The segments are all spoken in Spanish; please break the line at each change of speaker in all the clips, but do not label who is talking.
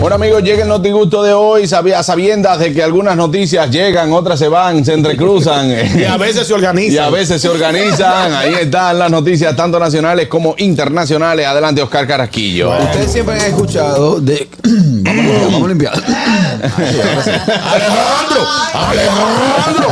Bueno amigos, llega el notigusto de hoy, sabi- a sabiendas de que algunas noticias llegan, otras se van, se entrecruzan.
Y a veces se organiza.
Y a veces se organizan, ahí están las noticias tanto nacionales como internacionales. Adelante, Oscar Carasquillo.
Ustedes siempre han escuchado de. vamos, a limpiar, vamos a limpiar.
Alejandro, Alejandro.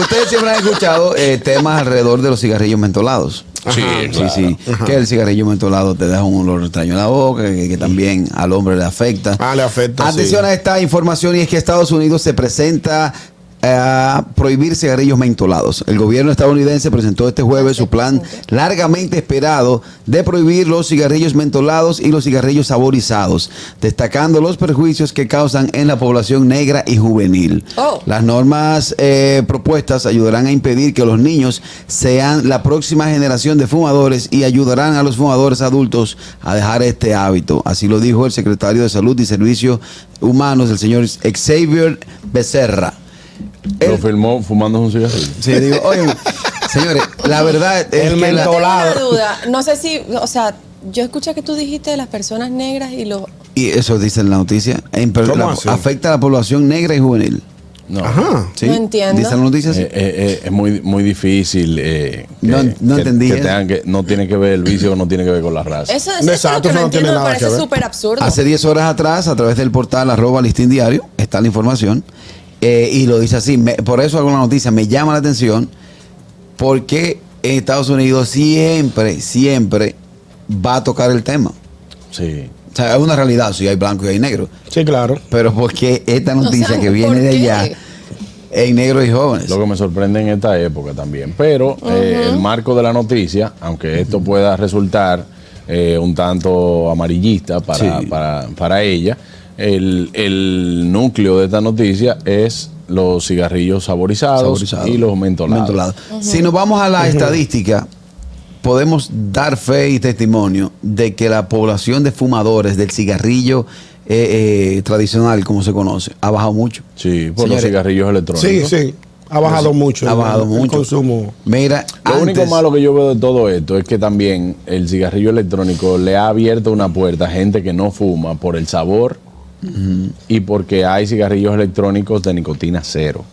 Ustedes siempre han escuchado eh, temas alrededor de los cigarrillos mentolados.
Sí, claro.
sí, sí. Que el cigarrillo mentolado te deja un olor extraño en la boca, que, que también al hombre le afecta.
Ah, le afecta, sí.
Atención a esta información y es que Estados Unidos se presenta eh, a prohibir cigarrillos mentolados. El gobierno estadounidense presentó este jueves su plan largamente esperado de prohibir los cigarrillos mentolados y los cigarrillos saborizados, destacando los perjuicios que causan en la población negra y juvenil.
Oh.
Las normas eh, propuestas ayudarán a impedir que los niños sean la próxima generación de fumadores y ayudarán a los fumadores adultos a dejar este hábito. Así lo dijo el secretario de Salud y Servicios Humanos, el señor Xavier Becerra.
Lo
El-
filmó fumando un cigarrillo.
sí, digo, oye, señores, la verdad es
El
que la-
Tengo una
Colado.
duda. No sé si, o sea, yo escuché que tú dijiste de las personas negras y los.
y eso dice en la noticia, en-
¿Cómo
la-
así?
afecta a la población negra y juvenil.
No.
Ajá.
¿sí?
No entiendo.
Dice en la noticia. sí.
Eh, eh, eh, es muy, muy difícil. eh,
No- no entendí,
que
¿eh?
tengan que- no tiene que ver el vicio, no tiene que ver con la raza.
Eso, eso es lo
Exacto,
que
eso
no
no tiene
entiendo, me
nada que
parece
ver.
súper absurdo.
Hace 10 horas atrás, a través del portal arroba listín diario, está la información. eh, y lo dice así. me- por eso alguna noticia me llama la atención. Porque en Estados Unidos siempre, siempre va a tocar el tema.
Sí.
O sea, es una realidad. Si hay blanco y hay negro.
Sí, claro.
Pero porque esta
O
noticia
sea,
que viene
¿por
de
qué?
allá en negros y jóvenes.
Lo que me sorprende en esta época también. Pero eh, el marco de la noticia, aunque esto pueda resultar eh, un tanto amarillista para,
Sí.
para- para ella, el, el núcleo de esta noticia es los cigarrillos saborizados,
Saborizado.
y los mentolados.
Mentolado. Si nos vamos a la estadística, podemos dar fe y testimonio de que la población de fumadores del cigarrillo eh, eh, tradicional, como se conoce, ha bajado mucho.
Sí, por los
Señores,
cigarrillos
Sí,
electrónicos.
sí. Ha bajado mucho.
Ha bajado
el
mucho.
consumo.
Mira,
Lo único
antes-
malo que yo veo de todo esto es que también el cigarrillo electrónico le ha abierto una puerta a gente que no fuma por el sabor y porque hay cigarrillos electrónicos de nicotina cero.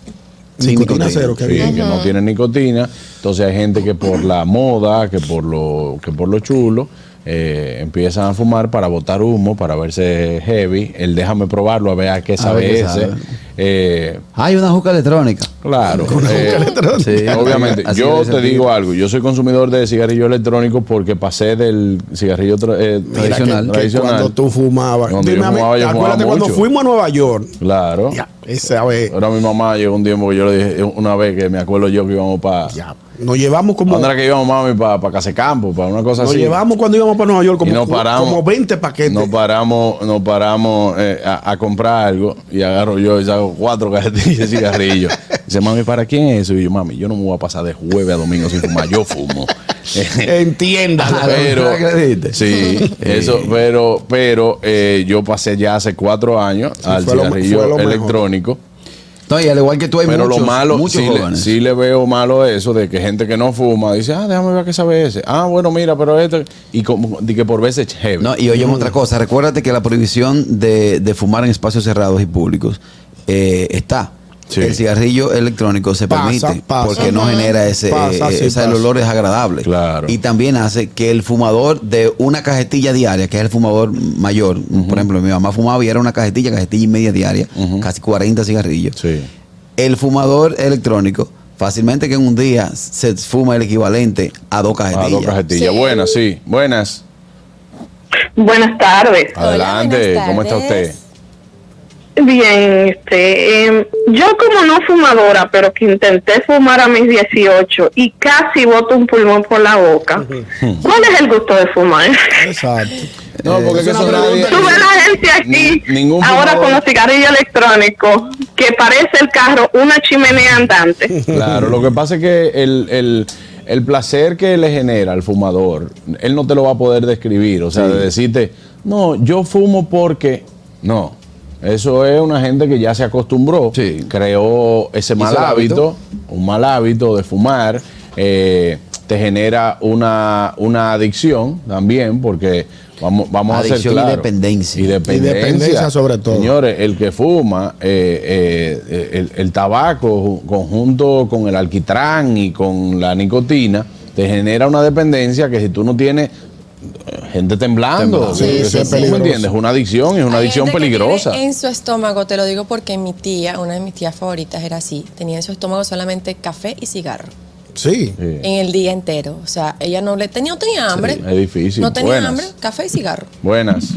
Sí,
Nicotina
nicotina.
cero, que
Sí,
bien.
que no tienen nicotina. Entonces hay gente que por la moda, que por lo, que por lo chulo, eh, empiezan a fumar para botar humo, para verse heavy. El déjame probarlo a ver a qué sabe
ver qué
ese.
sabe.
Eh,
Hay una juca electrónica.
Claro. eh,
Sí.
obviamente,
Así
yo
debe
te
ser.
digo algo. Yo soy consumidor de cigarrillo electrónico porque pasé del cigarrillo tra- eh,
Mira, que-
Tradicional.
que
tradicional.
Cuando tú fumabas.
Cuando yo
Dime a mí,
fumaba, yo fumaba
acuérdate cuando
mucho.
fuimos a Nueva York.
Claro.
Ya, esa vez.
Ahora mi mamá llegó un tiempo que yo le dije, una vez que me acuerdo yo que íbamos para.
Ya. Nos llevamos como.
¿Dónde era que íbamos, mami? Para pa Casecampo, para una cosa
Nos
así.
llevamos cuando íbamos para Nueva York como,
y nos
cu-
paramos,
como 20 paquetes.
Nos paramos, nos paramos eh, a, a comprar algo y agarro yo y saco cuatro cajetillas de cigarrillos. Dice, mami, ¿para quién es eso? Y yo, mami, yo no me voy a pasar de jueves a domingo sin fumar, yo fumo.
Entienda.
pero
¿verdad que dijiste?
sí, eso, pero, pero eh, yo pasé ya hace cuatro años al
fue lo-
cigarrillo
fue lo mejor.
electrónico.
No, y al igual que tú hay
Pero
muchos,
lo malo,
muchos
sí, le,
jóvenes.
sí le veo malo eso de que gente que no fuma dice, ah, déjame ver qué sabe ese. Ah, bueno, mira, pero esto. Y como, de que por veces es heavy.
No, y oye
Mm.
otra cosa, recuérdate que la prohibición de, de fumar en espacios cerrados y públicos eh, está.
Sí.
El cigarrillo electrónico se
Pasa,
permite
pasa.
porque no genera ese,
Pasa,
eh,
sí,
esa- el
pasa.
olor es agradable.
Claro.
Y también hace que el fumador de una cajetilla diaria, que es el fumador mayor, por ejemplo, mi mamá fumaba y era una cajetilla, cajetilla y media diaria, casi 40 cigarrillos.
Sí.
El fumador electrónico, fácilmente que en un día se fuma el equivalente a dos cajetillas.
Ah, dos cajetillas.
Sí.
Buenas, sí. Buenas.
Buenas tardes.
Hola,
Adelante.
buenas
¿Cómo está
tardes.
usted?
Bien, este, em, yo como no fumadora, pero que intenté fumar a mis 18 y casi boto un pulmón por la boca. ¿Cuál es el gusto de fumar?
Exacto.
No, porque
es una
eso
pregunta
nadie-
que-
Tú ves la gente aquí,
Ni- ningún
ahora
fumador.
con los cigarrillos electrónicos, que parece el carro una chimenea andante.
Claro, lo que pasa es que el, el- el placer que le genera al fumador, él no te lo va a poder describir. O sea, de decirte, No, yo fumo porque. No. Eso es una gente que ya se acostumbró.
Sí.
Creó ese mal
el hábito?
hábito, un mal hábito de fumar. eh, te genera una, una adicción también, porque vamos, vamos a ser
Adicción y
claros.
dependencia.
Y dependencia.
Y dependencia sobre todo.
Señores, el que fuma, eh, eh, el, el tabaco conjunto con el alquitrán y con la nicotina, te genera una dependencia que si tú no tienes eh, gente temblando.
Temblando. Sí,
que-
sí,
que-
sí.
¿tú me entiendes? Es una adicción, es una
Hay
adicción
gente que
peligrosa.
tiene En su estómago, te lo digo porque mi tía, una de mis tías favoritas, era así. Tenía en su estómago solamente café y cigarro.
Sí.
Sí.
En el día entero. O sea, ella no le tenía, no tenía hambre.
es difícil.
No tenía
Buenas.
hambre, café y cigarro.
Buenas.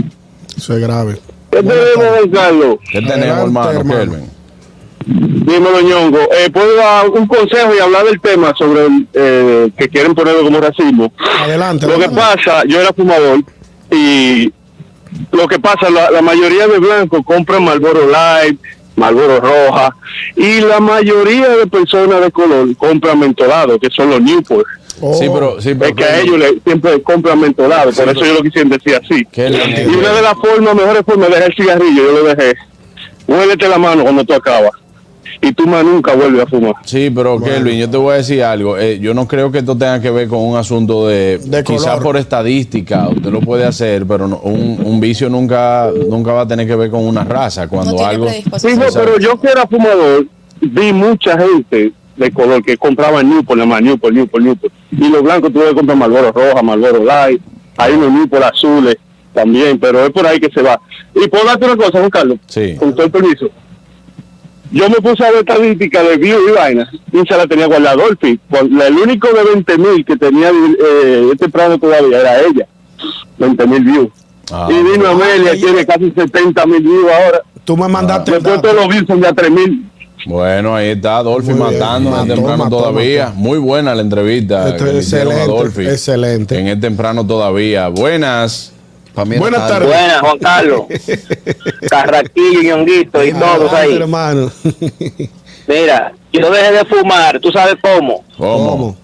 Eso es grave.
¿Qué tenemos, don Carlos?
¿Qué
Adelante,
tenemos, hermano,
hermano.
Kelvin?
Dímelo, Ñongo. Eh, ¿Puedo dar un consejo y hablar del tema sobre el, eh, que quieren ponerlo como racismo?
Adelante.
Lo que
hermano.
pasa, yo era fumador y lo que pasa, la, la mayoría de blancos compran Marlboro Light, Marlboro Roja y la mayoría de personas de color compran mentolado, que son los Newport.
Oh,
Sí, pero, sí, pero
Es que a ellos le, siempre compran mentolado, por eso yo lo quise decir así.
Kelvin,
Y una de las formas, mejores formas, dejé el cigarrillo, yo lo dejé. Huélete la mano cuando tú acabas. Y tú más nunca vuelves a fumar.
Sí, pero Kelvin, yo te voy a decir algo. Eh, yo no creo que esto tenga que ver con un asunto de,
De
quizás
color.
por estadística, usted lo puede hacer, pero no- un, un vicio nunca nunca va a tener que ver con una raza cuando
no tiene
algo
Sí,
predisposición.
no, pero yo que era fumador, vi mucha gente de color que compraba Newport, nada más Newport, Newport, Newport. Y los blancos tuvieron que comprar Marlboro Roja, Marlboro Light, hay unos Newport azules también, pero es por ahí que se va. Y puedo darte una cosa, Juan Carlos,
Sí.
con todo el permiso. Yo me puse a ver estadística de bio y vaina, y se la tenía guardado Dolphy. Cuando- El único de 20 mil que tenía eh, este plano todavía era ella, 20 mil views.
Ah.
y vino Amelia, tiene casi 70 mil views ahora.
tú me mandaste. el
Después
dato.
todos los views son ya 3000.
Bueno, ahí está Adolfi
Muy bien.
matando en
Mató,
temprano
mató,
todavía.
mató.
Muy buena la entrevista.
Esto
que
es
le hicieron a
excelente,
Adolfi
excelente.
En el temprano todavía. Buenas.
Pa' mí era
Buenas
tarde.
tardes.
Buenas, Juan Carlos. Carraquillo, Ñonguito
Ah,
y todos
Adelante,
ahí.
hermano.
Mira, yo dejé de fumar, tú sabes cómo.
¿Cómo?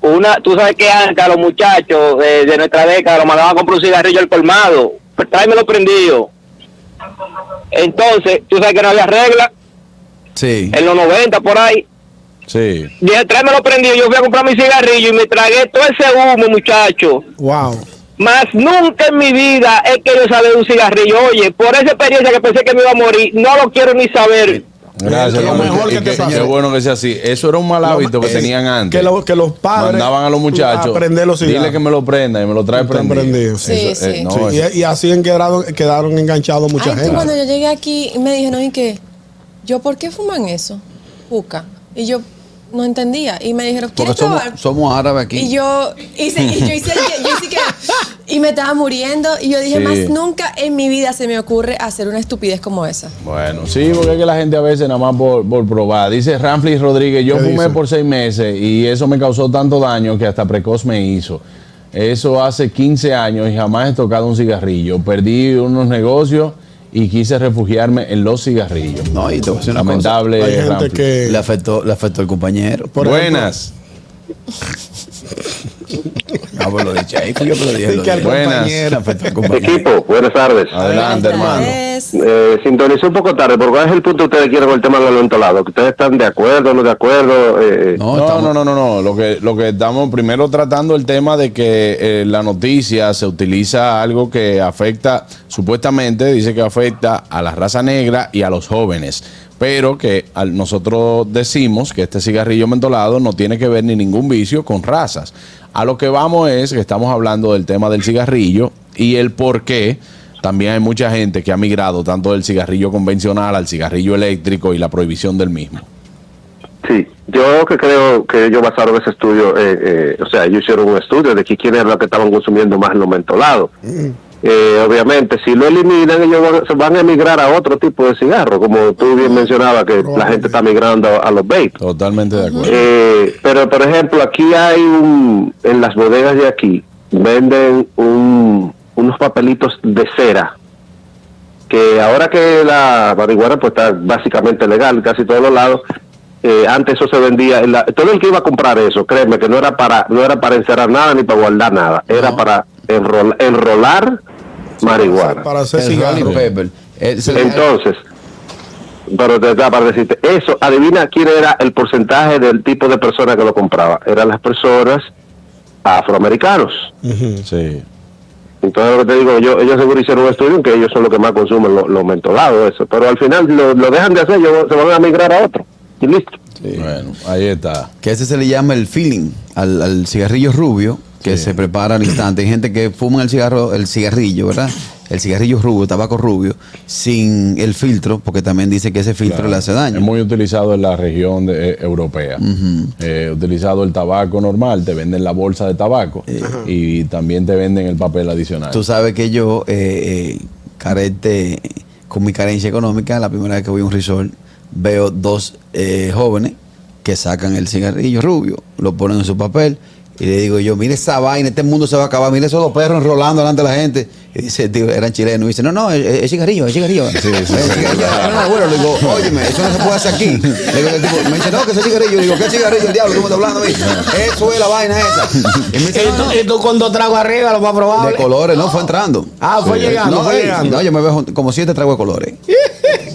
Una, tú sabes que antes a los muchachos eh, de nuestra década los mandaban a comprar un cigarrillo al colmado. Pues, Tráemelo prendido. Entonces, tú sabes que no había regla
Sí.
en los 90 por ahí.
Sí.
Dije, tráemelo prendido. Yo fui a comprar mi cigarrillo y me tragué todo ese humo, muchacho.
Wow.
Más nunca en mi vida he querido saber de un cigarrillo. Oye, por esa experiencia que pensé que me iba a morir, no lo quiero ni saber.
Gracias,
Lo
hermano.
mejor
Y
que te pasó.
Qué bueno que sea así. Eso era un mal hábito que
es
tenían antes.
que lo- que los padres
mandaban a los muchachos.
a prender los cigarros.
Dile que me lo prenda y me lo trae
Están
prendido.
prendidos.
Sí,
Eso,
sí.
no,
Sí,
eso-
y, y así en quedaron, quedaron enganchados mucha
Ay, tú,
gente.
cuando yo llegué aquí me dijeron, ¿y qué? Yo, ¿por qué fuman eso? Juca. Y yo no entendía. Y me dijeron,
Porque
¿quieres probar?
somos, somos árabes aquí.
Y yo hice, y yo hice, el que- yo hice que, y me estaba muriendo. Y yo dije,
Sí.
más nunca en mi vida se me ocurre hacer una estupidez como esa.
Bueno, sí, porque es que la gente a veces nada más por, por probar. Dice Ramflis Rodríguez, yo
¿Qué
fumé
dice?
por seis meses y eso me causó tanto daño que hasta precoz me hizo. Eso hace 15 años y jamás he tocado un cigarrillo. Perdí unos negocios y quise refugiarme en los cigarrillos.
No, y te voy a decir una cosa.
Lamentable,
Hay gente
Ramflis.
que.
Le afectó, le afectó al compañero.
por ejemplo,
Buenas,
Ah, pues lo dije. Ahí fui yo que lo dije.
Sí,
lo
que al
dije.
Buenas.
Le
compañero.
afectó al compañero.
Equipo, buenas tardes.
adelante hermano.
Es-
Eh, sintonicé un poco tarde, pero ¿cuál es el punto que ustedes quieren con el tema del alentolado? ¿Que ustedes están de acuerdo o no de acuerdo? Eh, eh.
No,
No,
estamos-
no, no, no, no. Lo que, lo que estamos primero tratando el tema de que eh, la noticia se utiliza algo que afecta, supuestamente dice que afecta a la raza negra y a los jóvenes. Pero que al- nosotros decimos que este cigarrillo mentolado no tiene que ver ni ningún vicio con razas. A lo que vamos es que estamos hablando del tema del cigarrillo y el por qué también hay mucha gente que ha migrado tanto del cigarrillo convencional al cigarrillo eléctrico y la prohibición del mismo.
Sí, yo que creo que ellos basaron ese estudio, eh, eh, o sea, ellos hicieron un estudio de que quiénes eran los que estaban consumiendo más los mentolados. Eh, obviamente, si lo eliminan, ellos van, se van a emigrar a otro tipo de cigarro, como tú bien mencionabas, que la gente está migrando a los vapes.
Totalmente de acuerdo.
Eh, pero por ejemplo, aquí hay un, en las bodegas de aquí, venden un- unos papelitos de cera, que ahora que la marihuana pues está básicamente legal en casi todos los lados, eh, antes eso se vendía, en la- todo el que iba a comprar eso, créeme que no era para, no era para encerrar nada ni para guardar nada, era para enrola- enrolar marihuana.
Para hacer
El
cigarro.
Rolling Pepper. El- se-
Entonces, pero te da para decirte, eso, adivina quién era el porcentaje del tipo de persona que lo compraba. Eran las personas afroamericanos.
Ujú.
Sí.
Entonces, lo que te digo, yo, ellos seguro hicieron un estudio en que ellos son los que más consumen los mentolados, eso. Pero al final lo, lo dejan de hacer, yo- se van a migrar a otro. Y listo.
Bueno, ahí está.
que a ese se le llama el feeling, al, al cigarrillo rubio, que se prepara al instante. Hay gente que fuma el cigarro, el cigarrillo, ¿verdad? El cigarrillo rubio, tabaco rubio, sin el filtro, porque también dice que ese filtro
Claro.
le hace daño.
Es muy utilizado en la región de- eh, europea. Eh, utilizado el tabaco normal, te venden la bolsa de tabaco y también te venden el papel adicional.
Tú sabes que yo, eh, eh, carente, con mi carencia económica, la primera vez que voy a un resort, veo dos eh, jóvenes que sacan el cigarrillo rubio, lo ponen en su papel, y le digo yo, mire esa vaina, este mundo se va a acabar, mire esos dos perros enrolando delante de la gente. Y dice, el tío, eran chilenos, y dice, no, no, es, es cigarrillo, es cigarrillo. Es cigarrillo. No, no, bueno, le digo, óyeme, eso no se puede hacer aquí. Le digo, el tipo, me dice, no, que es cigarrillo. Yo digo, ¿qué cigarrillo el diablo? ¿Cómo está hablando? a mí? Eso es la vaina esa. Y me dice, "No, no".
Y tú con dos tragos arriba, lo más
De
probable.
colores, no, fue entrando.
Ah, fue llegando,
No,
fue
ey,
llegando.
no, yo me veo como siete tragos de colores.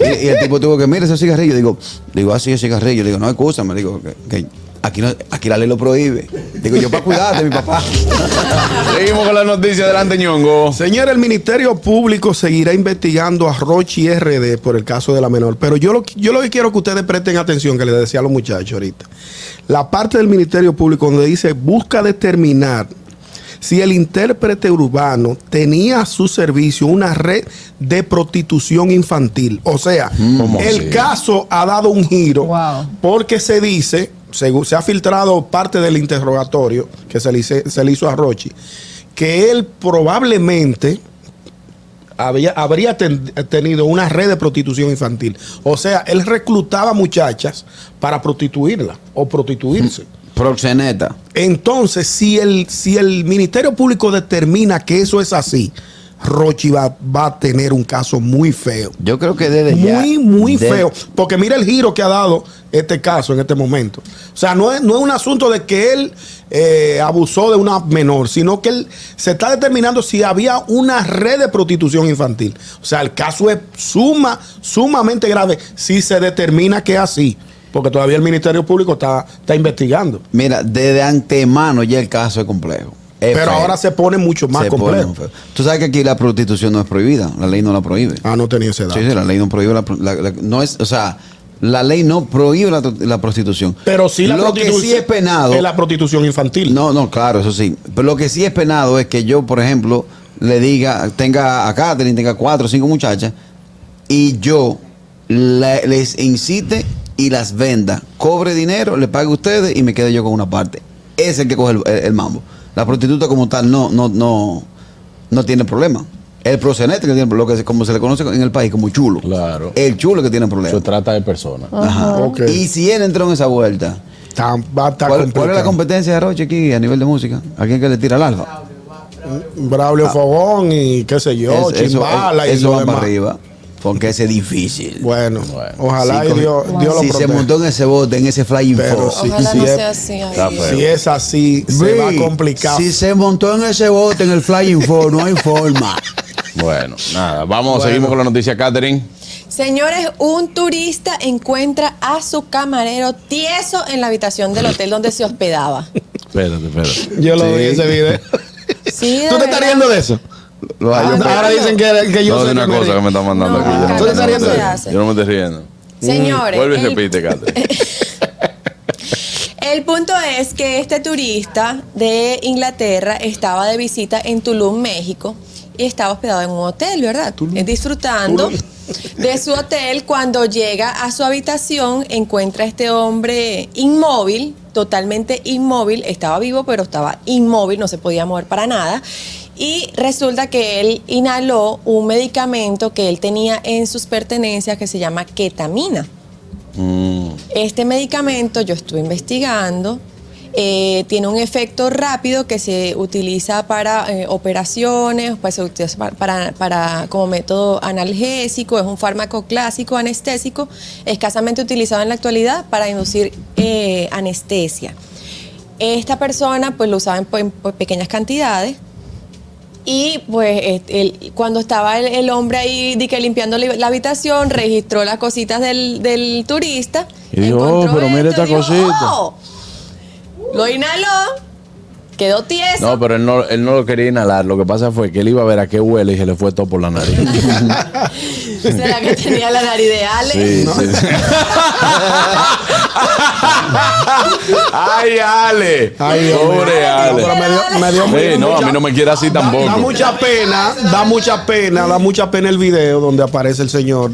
y, y el tipo tuvo que, mira ese cigarrillo. Digo, digo, ah, sí, ese cigarrillo. Digo, no, escúchame. Digo, que, que aquí, no, aquí la ley lo prohíbe. Digo, yo para cuidarte, mi papá.
Seguimos con la noticia delante, ñongo.
Señor, el Ministerio Público seguirá investigando a Rochi RD por el caso de la menor. Pero yo lo, yo lo que quiero que ustedes presten atención, que les decía a los muchachos ahorita. La parte del Ministerio Público donde dice busca determinar si el intérprete urbano tenía a su servicio una red de prostitución infantil. O sea,
Mm. ¿Cómo
el
así?
caso ha dado un giro
Wow.
porque se dice, según- se ha filtrado parte del interrogatorio que se le, hice- se le hizo a Rochi, que él probablemente había- habría ten- tenido una red de prostitución infantil. O sea, él reclutaba muchachas para prostituirla o prostituirse.
Proxeneta.
Entonces, si el, si el Ministerio Público determina que eso es así, Rochi va, va a tener un caso muy feo.
Yo creo que desde ya.
Muy, muy
de-
feo. Porque mira el giro que ha dado este caso en este momento. O sea, no es, no es un asunto de que él eh, abusó de una menor, sino que él se está determinando si había una red de prostitución infantil. O sea, el caso es suma, sumamente grave si se determina que es así. Porque todavía el Ministerio Público está, está investigando.
Mira, desde antemano ya el caso es complejo. Es
Pero
feo.
ahora se pone mucho más
Se pone
complejo.
feo. Tú sabes que aquí la prostitución no es prohibida. La ley no la prohíbe.
Ah, no tenía esa edad.
Sí, sí, la ley no prohíbe la, pro- la- la- no es, o sea, la ley no prohíbe la, tro- la prostitución.
Pero sí la
lo que
prostitución-
sí es penado.
es la prostitución infantil.
No, no, claro, eso sí. Pero lo que sí es penado es que yo, por ejemplo, le diga, tenga a Catherine, tenga cuatro o cinco muchachas y yo la- les incite y las venda, cobre dinero, le pague a ustedes y me quede yo con una parte. Ese es el que coge el, el- el mambo. La prostituta como tal no, no, no, no tiene problema. El proxeneta que tiene lo que se- como se le conoce en el país como chulo.
Claro.
El chulo que tiene
Se
problema.
trata de personas.
Ajá.
Ok.
Y si él entró en esa vuelta,
Está- va a estar
¿cuál, cuál es la
complicado.
competencia de Roche aquí a nivel de música? ¿A quién que le tira el alfa?
Braulio Fogón y qué sé yo,
Ah. Es- eso
Chimbala
eso
y lo
va para
demás.
arriba, porque ese es difícil.
Bueno,
Bueno.
ojalá
Sí,
y
con-
Dios, Dios lo
si se
proteja.
montó en ese bote, en ese flying
Pero
fox.
sí,
Ojalá
sí
no
es-
sea así. ay,
Está
Dios.
feo.
Si es así, se
Ve,
va a complicar.
Si se montó en ese bote, en el flying fox, no hay forma.
Bueno, nada, vamos, seguimos con la noticia, Catherine.
Señores, un turista encuentra a su camarero tieso en la habitación del hotel donde se hospedaba.
Espérate, espérate.
Yo lo vi ese video.
Sí, de
¿Tú te
verdad.
estás riendo de eso?
Lo hay-
Ah, no, ahora dicen que, que yo
No,
soy
de una
el primero.
cosa que me están mandando
No,
aquí. Yo no,
Catherine,
me estoy
no se
riendo.
hace.
Yo no me estoy riendo.
Señores,
Vuelve y
el-
repite, Catherine.
El punto es que este turista de Inglaterra estaba de visita en Tulum, México, y estaba hospedado en un hotel, ¿verdad? Eh, Disfrutando de su hotel. Cuando llega a su habitación, encuentra a este hombre inmóvil, totalmente inmóvil. Estaba vivo, pero estaba inmóvil, no se podía mover para nada. Y resulta que él inhaló un medicamento que él tenía en sus pertenencias que se llama ketamina. Este medicamento, yo estuve investigando, eh, tiene un efecto rápido que se utiliza para eh, operaciones, pues, se utiliza pa- para, para- como método analgésico, es un fármaco clásico anestésico, escasamente utilizado en la actualidad para inducir eh, anestesia. Esta persona pues lo usaba en, po- en po- pequeñas cantidades Y pues este, el- cuando estaba el, el hombre ahí di que limpiando la, la habitación, registró las cositas del, del turista.
Y dijo, oh,
encontró
pero mira esta
esto, y dijo,
cosita.
"Oh". Lo inhaló, quedó tieso.
No, pero él no, él no lo quería inhalar. Lo que pasa fue que él iba a ver a qué huele y se le fue todo por la nariz.
¿Será que tenía la nariz de Ale?
Sí, sí, sí. ¡Ay, Ale!
Ay, Dios mío.
¡Pobre
No,
Ale!
pero me dio- me dio- me
Sí,
dio
no, a
mucha-
mí no me quiere así tampoco.
Da mucha pena, da mucha pena, da mucha pena el video donde aparece el señor.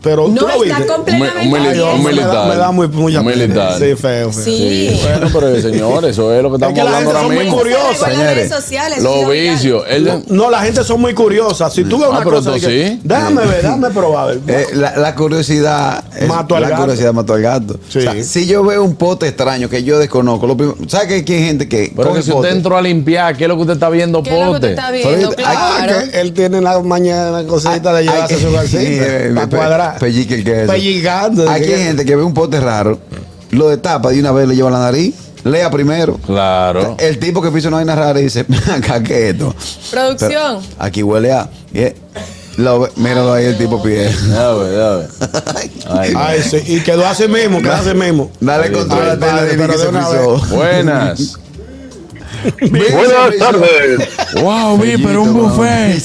Pero
No,
tú lo
está
viste.
con-
Un mi- un mili-
Ay,
un
hombre,
me da,
militar.
me da muy, mucha
Un
pena.
militar.
Sí, feo, feo.
Sí.
Bueno, pero señor, eso es lo que
Es
estamos
que la
hablando
gente
ahora
son muy
mismo.
curiosas.
Igual en las redes sociales, sí,
Los
lo miran.
vicios. Él,
No, la gente son muy curiosas. Si tú ves
Ah,
una
pero
cosa, de que,
entonces sí.
déjame ver, déjame probar. a ver.
Eh, la, la curiosidad es-
Mató al
la
gato.
curiosidad mató al gato.
Sí.
O sea, si yo veo un pote extraño que yo desconozco, lo primero- ¿sabes que aquí hay gente que
pero que si usted entró a limpiar, ¿qué es lo que usted está viendo,
¿Qué es lo que usted
pote?
está viendo?
Pero,
Ah,
Claro.
que él tiene la mañana
Ah,
cosita de llevarse su
eh,
calcita para
pe-
cuadrar.
pellique el queso.
Pellicando.
Aquí hay gente que ve un pote raro, lo destapa de una vez le lleva a la nariz, lea primero.
Claro.
El tipo que pisa una vaina rara dice, acá que esto.
Producción.
Pero aquí huele a. y es- lo ve- míralo ahí el tipo pie.
Ya ve, ya ve. Ay,
Ay, sí. Y quedó así mismo, quedó así mismo.
Dale control a
ay,
la tele
padre,
dile
pero
que
de
se
una
frizó.
Buenas.
Buenas tardes.
wow, vi, pero un buffet.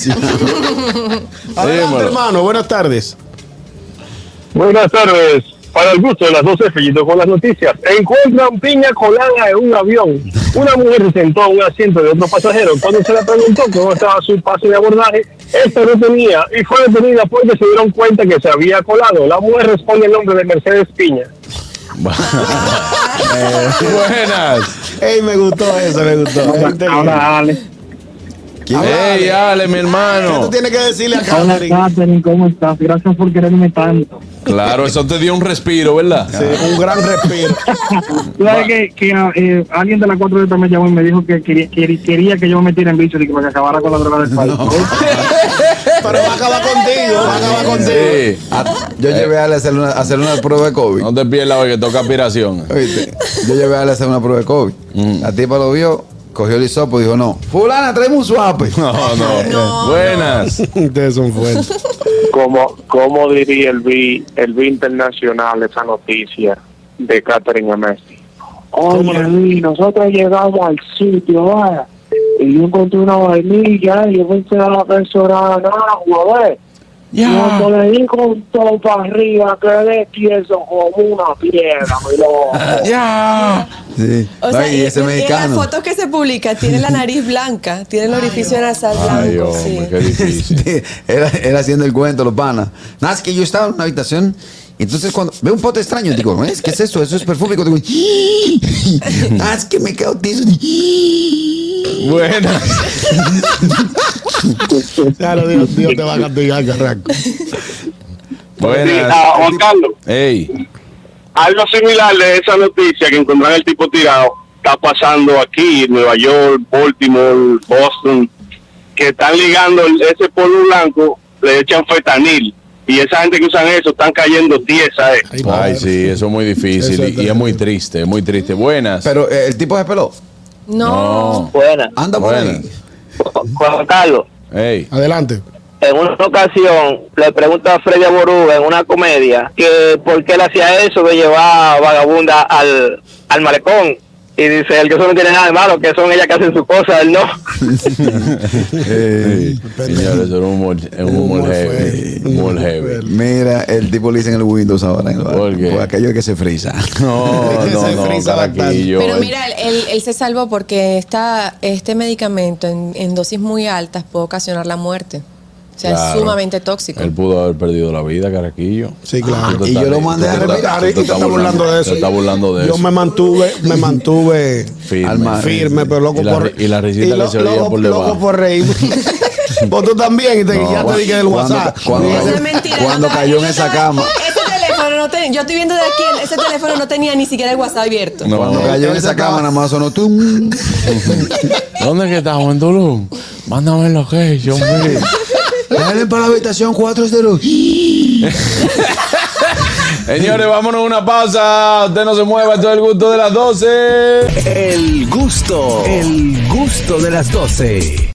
Adelante,
Dímelo.
hermano. Buenas tardes.
Buenas tardes. Para el gusto de las 12, Fellito con las noticias. Encuentran piña colada en un avión. Una mujer se sentó a un asiento de otro pasajero. Cuando se le preguntó cómo estaba su pase de abordaje, esta no tenía y fue detenida porque se dieron cuenta que se había colado. La mujer responde el nombre de Mercedes Piña.
Buenas.
Ey, me gustó eso, me gustó. Gente linda.
Ale.
Ey, Ale, mi
¿Qué tú
hermano.
tienes que decirle a Catherine?
Catherine, ¿cómo estás? Gracias por quererme tanto.
Claro, eso te dio un respiro, ¿verdad?
Sí, un gran respiro.
Tú sabes que, que, eh, alguien de la 4 me llamó y me dijo que quería, que- quería que yo me metiera en bicho y que para que acabara con la droga del país.
Pero va a acabar contigo, va a acabar contigo.
Sí.
Ah, Yo llevé a Ale a hacer una, a hacer una prueba de COVID.
No te pierdas hoy que toca aspiración.
¿Oíste? Yo llevé a Ale a hacer una prueba de COVID.
Mm.
La tipa lo vio, cogió el hisopo y dijo, no. Fulana, tráeme un suape.
No, no.
No,
Buenas.
Ustedes son fuertes.
¿Cómo, cómo diría el B, el B internacional esa noticia de Catherine Messi?
¿Cómo la-
Oye, Luis, nosotros llegamos al sitio, vaya, y yo encontré una vainilla y yo pensé a la persona en agua, ve. Cuando le di con todo para arriba, quedé tieso como una piedra, mi loco.
Ya.
Sí.
O
No,
sea,
y
y,
ese
y en las
mexicano.
fotos que se publica tiene la nariz blanca, tiene el orificio nasal
Ay,
blanco. sí.
hombre, qué difícil.
era, era haciendo el cuento, los panas. Nada, es que yo estaba en una habitación. Entonces, cuando veo un pote extraño, digo, ¿eh? ¿qué es eso? Eso es perfume. Digo, ah, es que me quedo tieso.
Buenas.
Claro, Dios, Dios te va a castigar, Carrasco.
Buenas.
Juan Carlos,
Ey.
algo similar de esa noticia que encontraron el tipo tirado está pasando aquí en Nueva York, Baltimore, Boston, que están ligando el- ese polvo blanco, le echan fetanil. Y esa gente que usan eso están cayendo eh. 10 a él.
Ay, sí, eso es muy
Eso
difícil
es
y- y es muy triste, es muy triste. Buenas.
Pero eh, el tipo se peló.
No.
Buena.
Anda por
Bueno.
ahí.
Juan Carlos,
Ey.
Adelante.
en una ocasión le pregunta a Freddy Boruga en una comedia que por qué él hacía eso de llevar vagabunda al, al malecón. Y dice él que eso no tiene nada de malo, que son ellas que hacen sus cosas, él no.
Ey. Señores, eso era un humor, es un humor heavy.
fuerte.
Humor heavy.
Mira, el tipo le dicen el Windows ahora en el bar.
¿Por qué?
Por aquello que se frisa.
No,
Es que
no,
se
no,
frisa bastante.
caraquillo.
Pero
Él-
mira, él, él- él se salvó porque esta, este medicamento en, en dosis muy altas puede ocasionar la muerte. O sea, es
Claro.
sumamente tóxico.
Él pudo haber perdido la vida, Caraquillo.
Sí, claro.
Tú te
y yo
estás-
lo mandé
tú te
a
estás-
retirar
tú
y te estás burlando de eso.
Te estás burlando de
Yo
eso.
me mantuve, me mantuve
Firme.
Al mar.
firme, pero loco
Y la-
por
y la risita que
lo-
se oía
loco-
por
Loco
debajo.
por reír. Vos tú también, y te guiaste dije del
cuando-
WhatsApp.
cuando-
Y
Eso
ese-
es mentira.
cuando
no,
cayó en
yo
esa
estaba-
cama.
Ese teléfono no tenía. Yo estoy viendo de aquí, ese teléfono no tenía ni siquiera el WhatsApp abierto.
No.
Cuando cayó en esa cámara, más sonó tú.
¿Dónde que estás, Juan Tulum? Mándame lo que es, yo me.
Dale para la habitación 4-0.
Señores, vámonos a una pausa. Usted no se mueva, todo el gusto de las 12.
El gusto, el gusto de las 12.